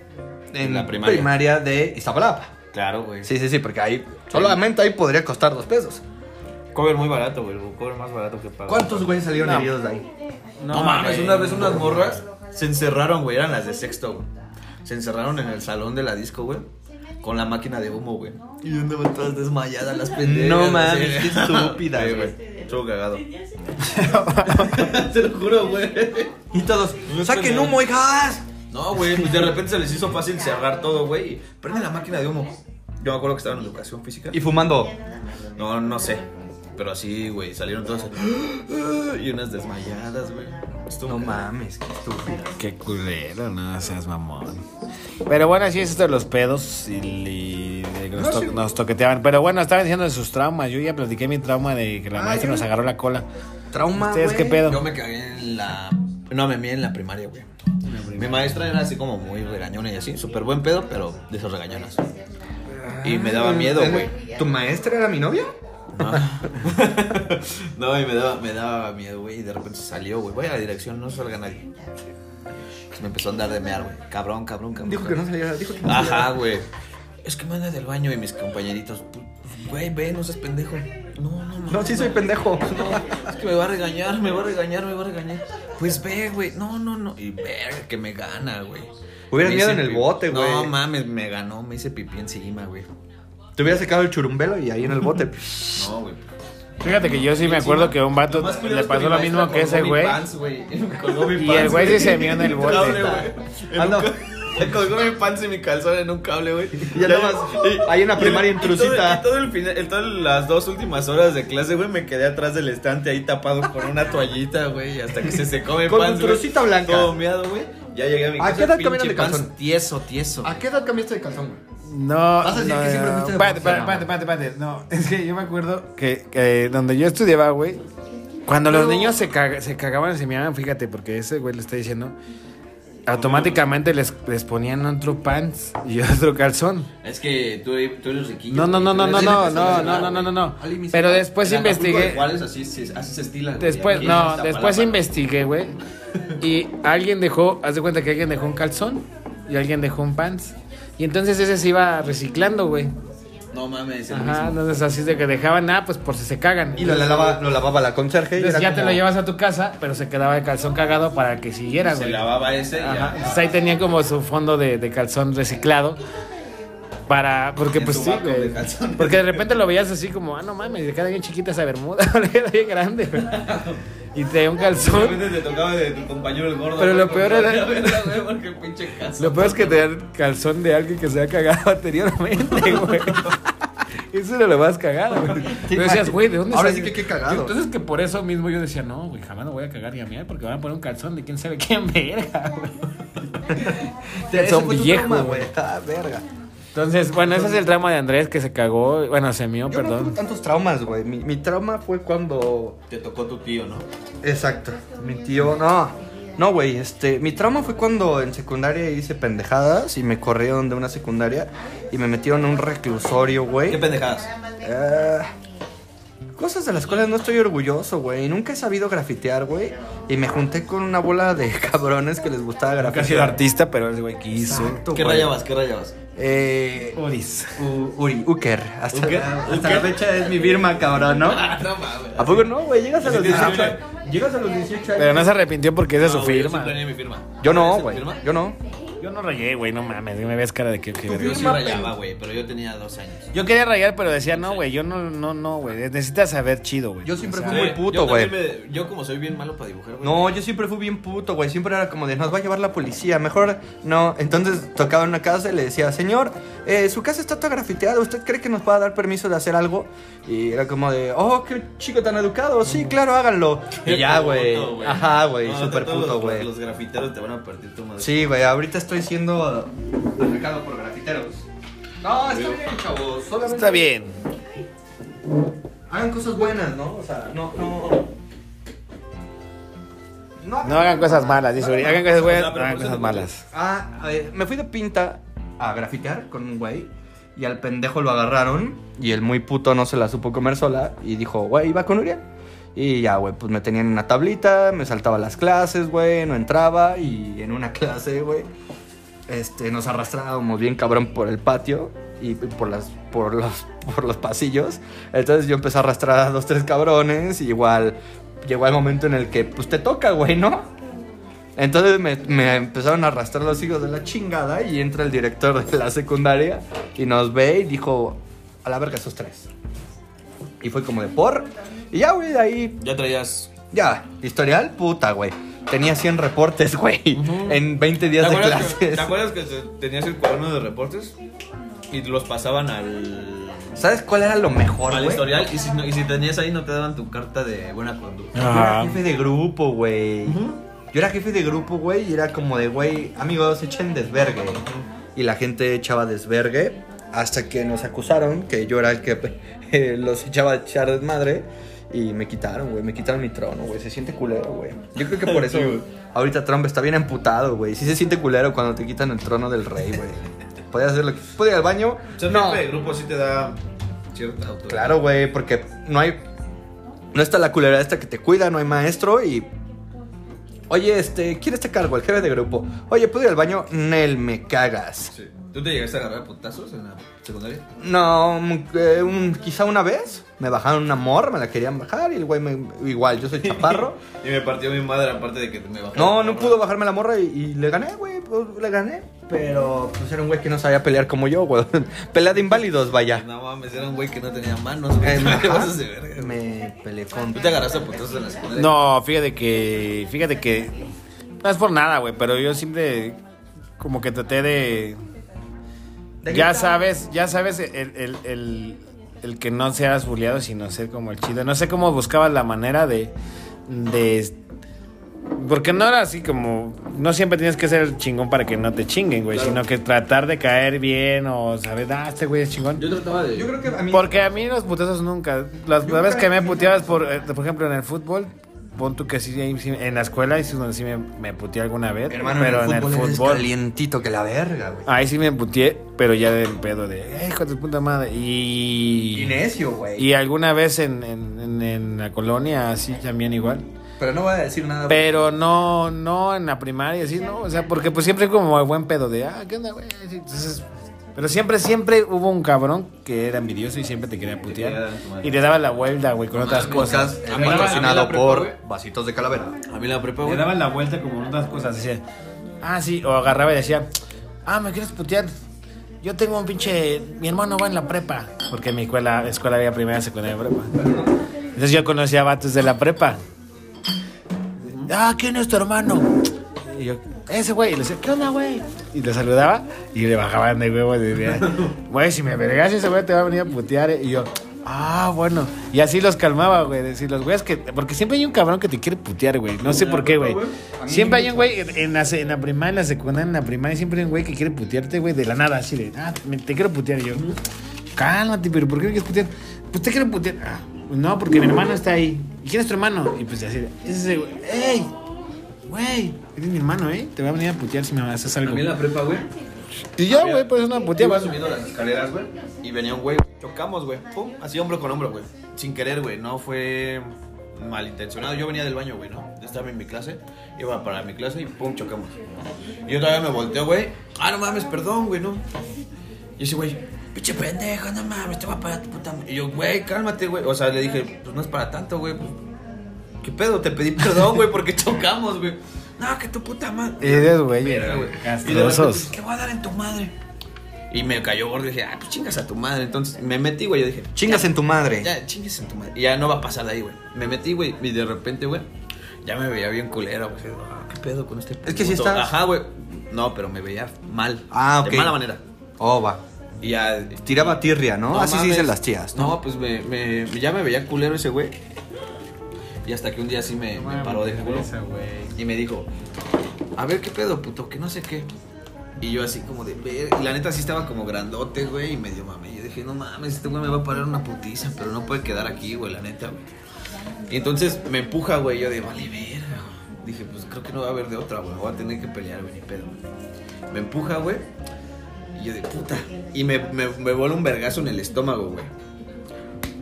A: En
C: la primaria.
A: de Iztapalapa.
C: Claro, güey.
A: Sí, sí, sí, porque ahí solamente ahí podría costar dos pesos.
C: Cover muy barato, güey. el Cover más barato que pago.
A: ¿Cuántos güeyes salieron
B: No.
A: heridos de ahí?
C: No, mames,
B: güey.
C: una vez unas morras se encerraron, güey, eran las de sexto, güey. Se encerraron en el salón de la disco, güey, con la máquina de humo, güey. Y andaban todas desmayadas las pendejas.
A: No
C: así,
A: mames,
C: güey.
A: qué estúpidas,
C: Sí,
A: güey.
C: Estuvo cagado. Te lo juro, güey.
A: Y todos, saquen humo, hijas.
C: No, güey, pues de repente se les hizo fácil cerrar todo, güey. y Prende la máquina de humo. Yo me acuerdo que estaban en educación física.
A: Y fumando.
C: No, no sé. Pero así, güey, salieron todas. Y unas desmayadas, güey. Estuvo
A: No
C: cagado.
A: mames, qué estúpidas.
B: Qué culero, no seas mamón. Pero bueno, así es esto de los pedos y, y de que nos, to- nos toqueteaban. Pero bueno, estaban diciendo de sus traumas. Yo ya platiqué mi trauma de que la
A: Ah,
B: maestra
A: yo-
B: nos agarró la cola.
A: Trauma.
B: ¿Ustedes qué
A: güey.
B: pedo?
C: Yo me cagué en la. No, me mié en la primaria, güey. Mi maestra era así como muy regañona y así, súper buen pedo, pero de esas regañonas. Y me daba miedo, güey.
A: ¿Tu maestra era mi novia?
C: No, No, y me daba, me daba miedo, güey. Y de repente salió, güey. Voy a la dirección, no salga nadie. Pues me empezó a andar de mear, güey. Cabrón, cabrón, cabrón.
A: Dijo que no
C: cabrón.
A: saliera, dijo que no
C: Ajá,
A: saliera.
C: güey. Es que me anda del baño y mis compañeritos. "Pu- Güey, ve, no seas pendejo. No, no,
A: No, sí soy pendejo.
C: no, es que me va a regañar, me va a regañar, me va a regañar. Pues ve, güey. No, no, no. Y verga, que me gana, güey.
A: Hubieras
C: Me
A: miedo
C: hice
A: en el
C: pi-
A: bote, güey.
C: No mames, me ganó, me hice pipí encima, güey.
A: Te hubiera sacado el churumbelo y ahí en el bote.
C: No, güey.
B: Fíjate que yo sí me acuerdo que un vato
C: Lo más culero
B: le
C: es
B: pasó
C: mi
B: lo
C: maestra
B: mismo que
C: colgó
B: ese
C: mi
B: güey.
C: pants, Me colgó mi
B: Y
C: pants,
B: el güey sí se mió en el bote.
C: Cable, güey. En
A: Ah,
C: un
A: no.
C: ca- Me colgó mi pants y mi calzón en un cable, güey.
A: Y ya nada más, ahí en la primaria en
C: Todo,
A: trucita.
C: y todo el final, el- todas las dos últimas horas de clase, güey, me quedé atrás del estante ahí tapado con una toallita, güey, hasta que se secó mi
A: Con tu
C: pants. güey.
A: trucita blanca.
C: Todo meado, güey. Ya llegué a mi
A: ¿A
C: casa.
A: qué edad
C: pinche
A: cambiaron de
C: pants
A: calzón?
C: Tieso, tieso.
A: ¿A qué edad cambiaste de calzón, güey?
B: No,
A: Vas a decir
B: no,
A: que siempre
B: no.
A: fuiste
B: Espérate,
A: deportista,
B: espérate, espérate, espérate, espérate. No, es que yo me acuerdo que, que donde yo estudiaba, güey, cuando los niños se, caga- se cagaban y se miraban, fíjate, porque ese güey le está diciendo, automáticamente les, les ponían otro pants y otro calzón.
C: Es que tú, tú eres riquillo.
B: No, no,
C: güey,
B: no,
C: tú
B: no, no,
C: eres
B: no,
C: rico,
B: no,
C: sí,
B: no, no,
C: güey.
B: no, no, no.
A: Ali, mis-
B: Pero después
C: En Acapulco de
B: investigué.
C: Juárez así, se- así se estila. güey,
B: Después,
C: aquí
B: no,
C: en
B: después
C: Iztapalapa.
B: investigué, güey. Y alguien dejó, haz de cuenta que alguien dejó un calzón y alguien dejó un pants. Y entonces ese se iba reciclando, güey.
C: No mames, el
B: Ajá,
C: mismo.
B: entonces así de que dejaban, ah, pues por si se cagan.
A: Y lo, la lava- lo lavaba la conserje. y era
B: Entonces Pues ya te
A: como-
B: lo llevas a tu casa, pero se quedaba el calzón cagado para que siguiera,
C: Se
B: güey.
C: lavaba ese y
B: Ajá,
C: ya.
B: entonces ahí tenía como su fondo de, de calzón reciclado. Porque, porque
C: En
B: pues
C: su
B: sí,
C: vaco
B: güey.
C: de calzones.
B: Porque de repente lo veías así como, ah, no mames, le queda bien chiquita esa bermuda, le queda bien grande, güey. Y te da un
C: De
B: calzón.
C: repente te tocaba de tu compañero el gordo.
B: Pero
C: güey,
B: lo peor
C: porque-
B: era-
C: güey, Porque pinche casa.
B: Lo peor es que te dan calzón de alguien que se ha cagado anteriormente, güey. Eso era lo más cagado, güey. Pero decías, güey, ¿de dónde
A: Ahora
B: salió?
A: sí que qué cagado.
B: Entonces que por eso mismo yo decía, no, güey, jamás no voy a cagar ni a mear porque van a poner un calzón de quién sabe quién verga, güey.
A: Te- ese
B: Son
A: fue tu
B: viejo,
A: trauma,
B: güey.
A: Ah, verga.
B: Entonces, bueno, ese es el tramo de Andrés que se cagó, bueno, se mió,
A: Yo no tuve
B: perdón.
A: tantos traumas, güey. Mi, mi trauma fue cuando.
C: Te tocó tu tío, ¿no?
A: Exacto. Mi tío, no. No, güey, este. Mi trauma fue cuando en secundaria hice pendejadas y me corrieron de una secundaria y me metieron en un reclusorio,
C: ¿Qué
A: güey.
C: pendejadas?
A: Eh, Cosas de las cuales no estoy orgulloso, güey. Nunca he sabido grafitear, güey. Y me junté con una bola de cabrones que les gustaba
B: Nunca ha sido
A: grafitear.
B: artista, pero el güey quiso.
A: Exacto,
C: ¿Qué
A: güey.
C: rayabas? ¿Qué rayabas?
A: Eh,
B: Oris.
A: U- Uri, Uker. Hasta,
C: Uker,
A: La, hasta
C: Uker.
A: la fecha es mi Birma, cabrón, ¿no? ¿A
C: Ah, no mames.
A: poco no, güey? Llegas a los
C: Sí, sí,
A: 18
C: sí.
A: Llegas a los 18
B: Pero no
A: años.
B: se arrepintió porque esa es su
C: No, Ah, güey,
B: firma.
C: Yo sí planeé mi firma.
A: Yo no,
C: ¿Planeaste tu
A: güey.
C: firma?
A: Yo no.
B: Yo no rayé, güey, no mames, me ves cara de que... que verga.
C: Yo sí rayaba, güey, pero yo tenía dos años.
B: yo quería rayar, pero decía, no, güey, yo no, no, no, güey, necesitas saber chido, güey.
A: Yo siempre
B: O sea,
A: fui muy
C: Sí,
A: puto,
C: yo también me- Yo como soy bien malo para dibujar, güey.
A: No, yo siempre fui bien puto, güey. Siempre era como de, nos va a llevar la policía. Mejor no. Entonces tocaba en una casa y le decía, señor, eh, su casa está toda grafiteada. ¿Usted cree que nos va a dar permiso de hacer algo? Y era como de, oh, qué chico tan educado. Sí, claro, háganlo. Y
C: Qué
A: ya, güey.
C: puto,
A: Ajá, güey.
C: No,
A: Súper
C: todos
A: puto,
C: los-
A: güey.
C: Los grafiteros te van a partir tu madre.
A: Sí, güey, ahorita estoy siendo atacado por grafiteros. No, está bien, chavos. Solamente
B: Está bien.
A: Hagan cosas buenas, ¿no? O sea, no, no.
B: No hagan cosas malas, dice Uri. Hagan cosas buenas, no hagan
C: No, pero
B: cosas malas.
A: Ah, a ver, me fui de pinta a grafitear con un güey. Y al pendejo lo agarraron. Y el muy puto no se la supo comer sola. Y dijo, güey, iba con Uriel. Y ya, güey, pues me tenían en una tablita. Me saltaba las clases, güey. No entraba. Y en una clase, güey. Este, nos arrastrábamos bien cabrón por el patio y por las por los por los pasillos. Entonces yo empecé a arrastrar a dos tres cabrones y igual llegó el momento en el que pues te toca, güey, ¿no? Entonces me, me empezaron a arrastrar los hijos de la chingada y entra el director de la secundaria y nos ve y dijo, a la verga esos tres. Y fue como de por. Y ya, güey, de ahí
C: Ya traías.
A: ya, historial, puta, güey. Tenía 100 reportes, güey, en 20
C: ¿Te
A: días de
C: acuerdas, que,
A: clases.
C: ¿Te acuerdas que se- tenías el cuaderno de reportes? Y los pasaban al.
A: ¿Sabes cuál era lo mejor,
C: al
A: güey?
C: historial. Y si, no- y si tenías ahí, no te daban tu carta de buena conducta.
A: Yo era
B: Ajá.
A: jefe de grupo, güey. Yo era jefe de grupo, güey, y era como de, güey, amigos, echen desvergue. Y la gente echaba desvergue hasta que nos acusaron que yo era el que eh, los echaba a echar desmadre. Y me quitaron, güey, me quitaron mi trono, güey. Se siente culero, güey. Yo creo que por eso ahorita Trump está bien amputado, güey. Sí se siente culero cuando te quitan el trono del rey, güey. Podías hacer lo que... ¿Puedes ir al baño?
C: Ser jefe de grupo sí te da cierta autoridad.
A: Claro, güey, porque no hay. No está la culera esta que te cuida, no hay maestro y. Oye, este, ¿quién está a cargo? El jefe de grupo. Oye, ¿puedo ir al baño? Nel, me cagas.
C: Sí. ¿Tú te llegaste a agarrar a putazos en la secundaria?
A: No, mm, eh, un- quizá una vez me bajaron un amor, me la querían bajar y el güey me. Igual, yo soy chaparro.
C: Y me partió mi madre, aparte de que me bajó.
A: No, no pudo bajarme la morra y, y le gané, güey, pues, le gané. Pero pues era un güey que no sabía pelear como yo, güey. Pelea de inválidos, vaya.
C: No mames, era un güey que no tenía manos. güey.
A: Eh,
C: ¿Qué
A: ajá,
C: vas a verga? güey?
A: me peleé con.
C: ¿Tú te agarraste a putazos en la secundaria?
B: No, fíjate que. Fíjate que. No es por nada, güey, pero yo siempre. Como que traté de.
A: De
B: Ya
A: gritar.
B: sabes, ya sabes el, el- el- el que no seas bulleado, sino ser como el chido. No sé cómo buscabas la manera de. de porque no era así como. No siempre tienes que ser el chingón para que no te chinguen, güey.
C: Claro.
B: Sino que tratar de caer bien o saber, ah, este güey es chingón.
C: Yo trataba de.
A: Yo creo que a mí.
B: Porque a mí los putazos nunca. Las
A: Nunca.
B: veces que me puteabas, por, eh, por ejemplo, en el fútbol, pon tú que sí, ahí sí- en la escuela, ahí sí donde sí me, me puteé alguna vez.
A: Hermano,
B: pero
A: en el fútbol, eres calientito que la verga, güey.
B: Ahí sí me puteé, pero ya del pedo de, "Eh, hijo de tu puta madre. Y.
A: Y necio, güey.
B: Y alguna vez en, en- en- en la colonia, así también igual.
A: Pero no voy a decir nada.
B: Pero no, no en la primaria, sí, ¿no? O sea, porque pues siempre como el buen pedo de, ah, ¿qué onda, güey? Sí, Entonces, pero siempre, siempre hubo un cabrón que era envidioso y siempre te quería
C: quería
B: putear.
C: dar tu madre.
B: Y te daba la vuelta, güey, con otras cosas.
A: Podcast
C: A mí la- a mí
A: patrocinado
C: la prepa, güey.
A: por Vasitos de Calavera.
C: A mí la prepa,
B: Le
C: güey.
B: daban la vuelta como en otras cosas. Decía, ah, sí, o agarraba y decía, ah, ¿me quieres putear? Yo tengo un pinche. Mi hermano va en la prepa. Porque en mi escuela, escuela había primera, secundaria, prepa. Entonces yo conocía a vatos de la prepa. Ah, ¿quién es tu hermano? Y yo, ese güey. Y le decía, ¿qué onda, güey? Y le saludaba y le bajaban de huevo. Y decía, güey, si me vergas ese güey te va a venir a putear. eh". Y yo, ah, bueno. Y así los calmaba, güey. Decir, los güeyes que. Porque siempre hay un cabrón que te quiere putear, güey. No sé por qué, güey. Siempre hay un güey en- en la, se- en la primaria, en la secundaria, en la primaria. Siempre hay un güey que quiere putearte, güey, de la nada. Así de, ah, me- te quiero putear. Y yo, cálmate, pero ¿por qué me quieres putear? Pues te quiero putear. Ah, no, porque mi hermano está ahí. ¿Y quién es tu hermano? Y pues así de, "Es ese güey. ¡Ey! Güey, eres mi hermano, ¿eh? Te voy a venir a putear si me haces
C: A
B: algo.
C: mí en la prepa, güey.
B: Y ya, güey, pues una
C: Iba
B: puteaba.
C: subiendo las escaleras, güey. Y venía un güey. Chocamos, güey. Pum. Así hombro con hombro, güey. sin querer, güey, no fue malintencionado. Yo venía del baño, güey, ¿no? Estaba en mi clase, iba para mi clase y pum, chocamos. Y yo todavía me volteo, güey. Ah, no mames, perdón, güey, no. Y ese güey, pinche pendejo, no mames, te voy a parar tu puta madre". Y yo, güey, cálmate, güey. O sea, le dije, pues no es para tanto, güey. pues, ¿Qué pedo? Te pedí perdón, güey, porque chocamos, güey. No, que tu puta madre.
B: Eres, güey.
C: Verga, güey. Y de
B: Castrosos.
C: repente, ¿Qué voy a dar en tu madre? Y me cayó gordo y dije, ah, pues chingas a tu madre. Entonces me metí, güey. Yo dije,
A: Chingas en tu madre.
C: ya, chingues en tu madre. Y ya no va a pasar de ahí, güey. Me metí, güey, y de repente, güey, ya me veía bien culero, güey. Ah, ¿Qué pedo con este
A: Es que sí
C: puto?
A: estás-
C: Ajá, güey. No, pero me veía mal.
A: Ah, ok.
C: De mala manera.
A: Oh, va.
C: Y ya.
A: Tiraba tirria, ¿no? Así se
C: mames.
A: dicen las tías, ¿no?
C: No, pues me, me- ya me veía culero ese güey. Y hasta que un día sí me, me paró
B: pues,
C: de culo. Y me dijo, a ver qué pedo, puto, que no sé qué. Y yo así como de ver. Y la neta sí estaba como grandote, güey, y medio mame. Yo dije, no mames, este güey me va a parar una putiza, pero no puede quedar aquí, güey, la neta, güey. Y entonces me empuja, güey, yo de vale verga. güey". Dije, pues creo que no va a haber de otra, güey. Voy a tener que pelear, güey, ni pedo. güey". Me empuja, güey. Y yo de puta. Y me, me, me vuela un vergazo en el estómago, güey.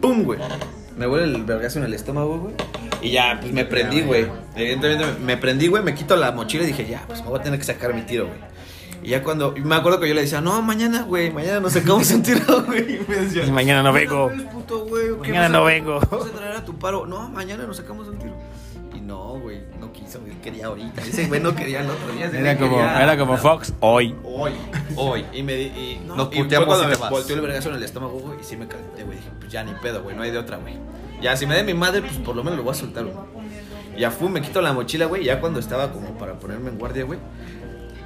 C: ¡Pum, güey! Me vuela el vergazo en el estómago, güey. Y ya, pues me prendí, güey. Evidentemente me- me prendí, güey. Me quito la mochila y dije, ya, pues me voy a tener que sacar mi tiro, güey. Y ya cuando. y me acuerdo que yo le decía, no, mañana, güey. Mañana nos sacamos un tiro, güey. Y me decía,
B: Y mañana no vengo.
C: mames, puto, güey, ¿qué
B: Mañana
C: vas a-
B: no vengo.
C: Vas a traer a tu paro. No, mañana nos sacamos un tiro. Y no, güey, no quiso, güey, quería ahorita. Ese güey no quería el otro día. ese
B: Era
C: güey
B: como,
C: quería-
B: era como Fox hoy.
C: Hoy, hoy. Y me di- y, no,
A: Nos
C: y fue
A: puteamos
C: cuando
A: y
C: me
A: te vas.
C: volteó el vergazo en el estómago, güey. Y sí me calenté, güey. Dije, pues ya ni pedo, güey. No hay de otra, güey. Ya, si me dé mi madre, pues por lo menos lo voy a soltar, güey. Ya fui, me quito la mochila, güey. Ya cuando estaba como para ponerme en guardia, güey.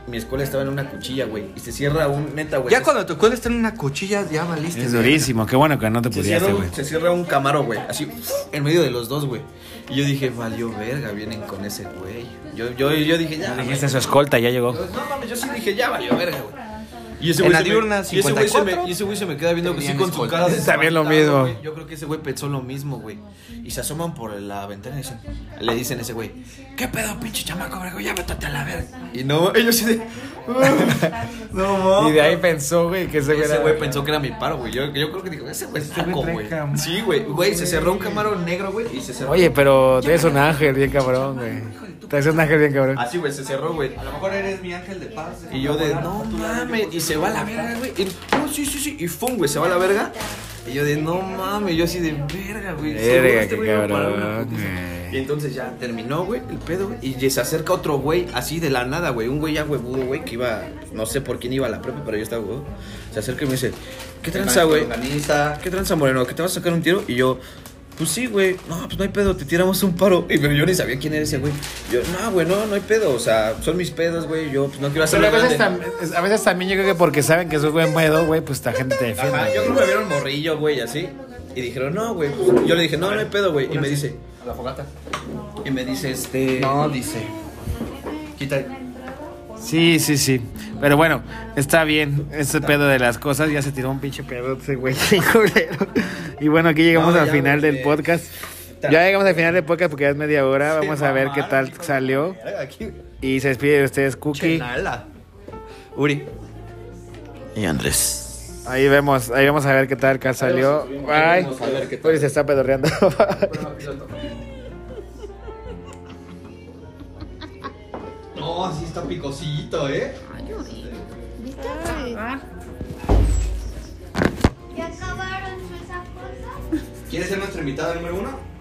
C: Mi escuela estaba en una cuchilla, güey. Y se cierra un neta, güey.
A: Ya
C: se-
A: cuando te cuelgas en una cuchilla, ya valiste.
B: Es
A: güey.
B: durísimo. Qué bueno que no te
C: Se cierra,
B: pudiste, güey.
C: un, se cierra un camaro, güey. Así, en medio de los dos, güey. Y yo dije, valió verga, vienen con ese güey. Yo, yo, yo dije, ya. güey.
B: Dijiste su escolta, ya llegó.
C: No mames, yo sí dije, ya valió verga, güey. Y ese
A: En
C: güey
A: la
C: se me-
A: diurna,
C: y ese güey se me-
A: 54.
C: Y ese güey se me queda viendo así
A: Tenían
C: con su
A: escolta.
C: cara de.
B: También lo
C: espantado,
B: mismo.
C: güey. Yo creo que ese güey pensó lo mismo, güey. Y se asoman por la ventana y dicen, le dicen a ese güey, ¿qué pedo, pinche chamaco, verga? Ya métete a la verga. Y no, ellos sí de. "Uh, no mames.
B: Y de ahí pensó, güey, que ese güey
C: Ese
B: era-
C: güey pensó que era mi paro, güey. Yo, yo creo que dijo, ese güey es taco, güey. Sí, güey. Güey, se cerró un camarón negro, güey. Y se cerró.
B: Oye, pero tienes un ángel bien cabrón, güey. Tienes un ángel bien cabrón.
C: Así, güey, se cerró, güey.
A: A lo mejor eres mi ángel de paz.
C: Y yo de, no mames, y se va a la verga, güey. Y, no, sí, sí, sí, y fum, güey, se va a la verga. Y yo de, no mames, yo así de, verga, güey.
B: Verga,
C: seguro este
B: qué
C: güey va a parar una
B: cabrón,
C: putiza".
B: güey.
C: Y entonces ya terminó, güey, el pedo, güey. Y se acerca otro güey, así de la nada, güey. Un güey ya huevudo, güey, que iba, no sé por quién iba a la prepa, pero yo estaba huevudo. Se acerca y me dice, ¿qué tranza, güey? ¿Qué tranza, Moreno? ¿Que te vas a sacar un tiro? Y yo, pues sí, güey. No, pues no hay pedo, te tiramos un paro. Y pero yo ni sabía quién era ese güey. Yo, no, güey, no, no hay pedo. O sea, son mis pedos, güey. Yo, pues no quiero hacer
B: Pero a veces, tam- a veces también yo creo que porque saben que es un buen pedo, güey, pues la gente te defiende.
C: Ajá, Ah, yo creo que me vieron morrillo, güey, así. Y dijeron, no, güey. pues, Yo le dije, no, no hay pedo, güey. Y me dice,
A: A la fogata.
C: y me dice, este.
A: No, dice. Quita.
B: Sí, sí, sí. Pero bueno, está bien. Ese pedo de las cosas ya se tiró un pinche pedo ese güey. qué culero. Y bueno, aquí llegamos
C: No,
B: al
C: ya,
B: final
C: güey.
B: del podcast. Ya llegamos al final del podcast porque ya es media hora.
C: Sí,
B: Vamos a ver qué
C: mamaron,
B: tal salió.
C: Verga, aquí.
B: Y se despide de ustedes, Cookie.
A: Chenala. Uri.
C: Y Andrés.
B: Ahí vemos, ahí vamos a ver qué tal Carl salió. Bye. Uri se está pedorreando. Bye.
A: No, sí está picosito, ¿eh?
E: ¿Ya acabaron sus cosas?
A: ¿Quieres ser nuestro invitado número uno?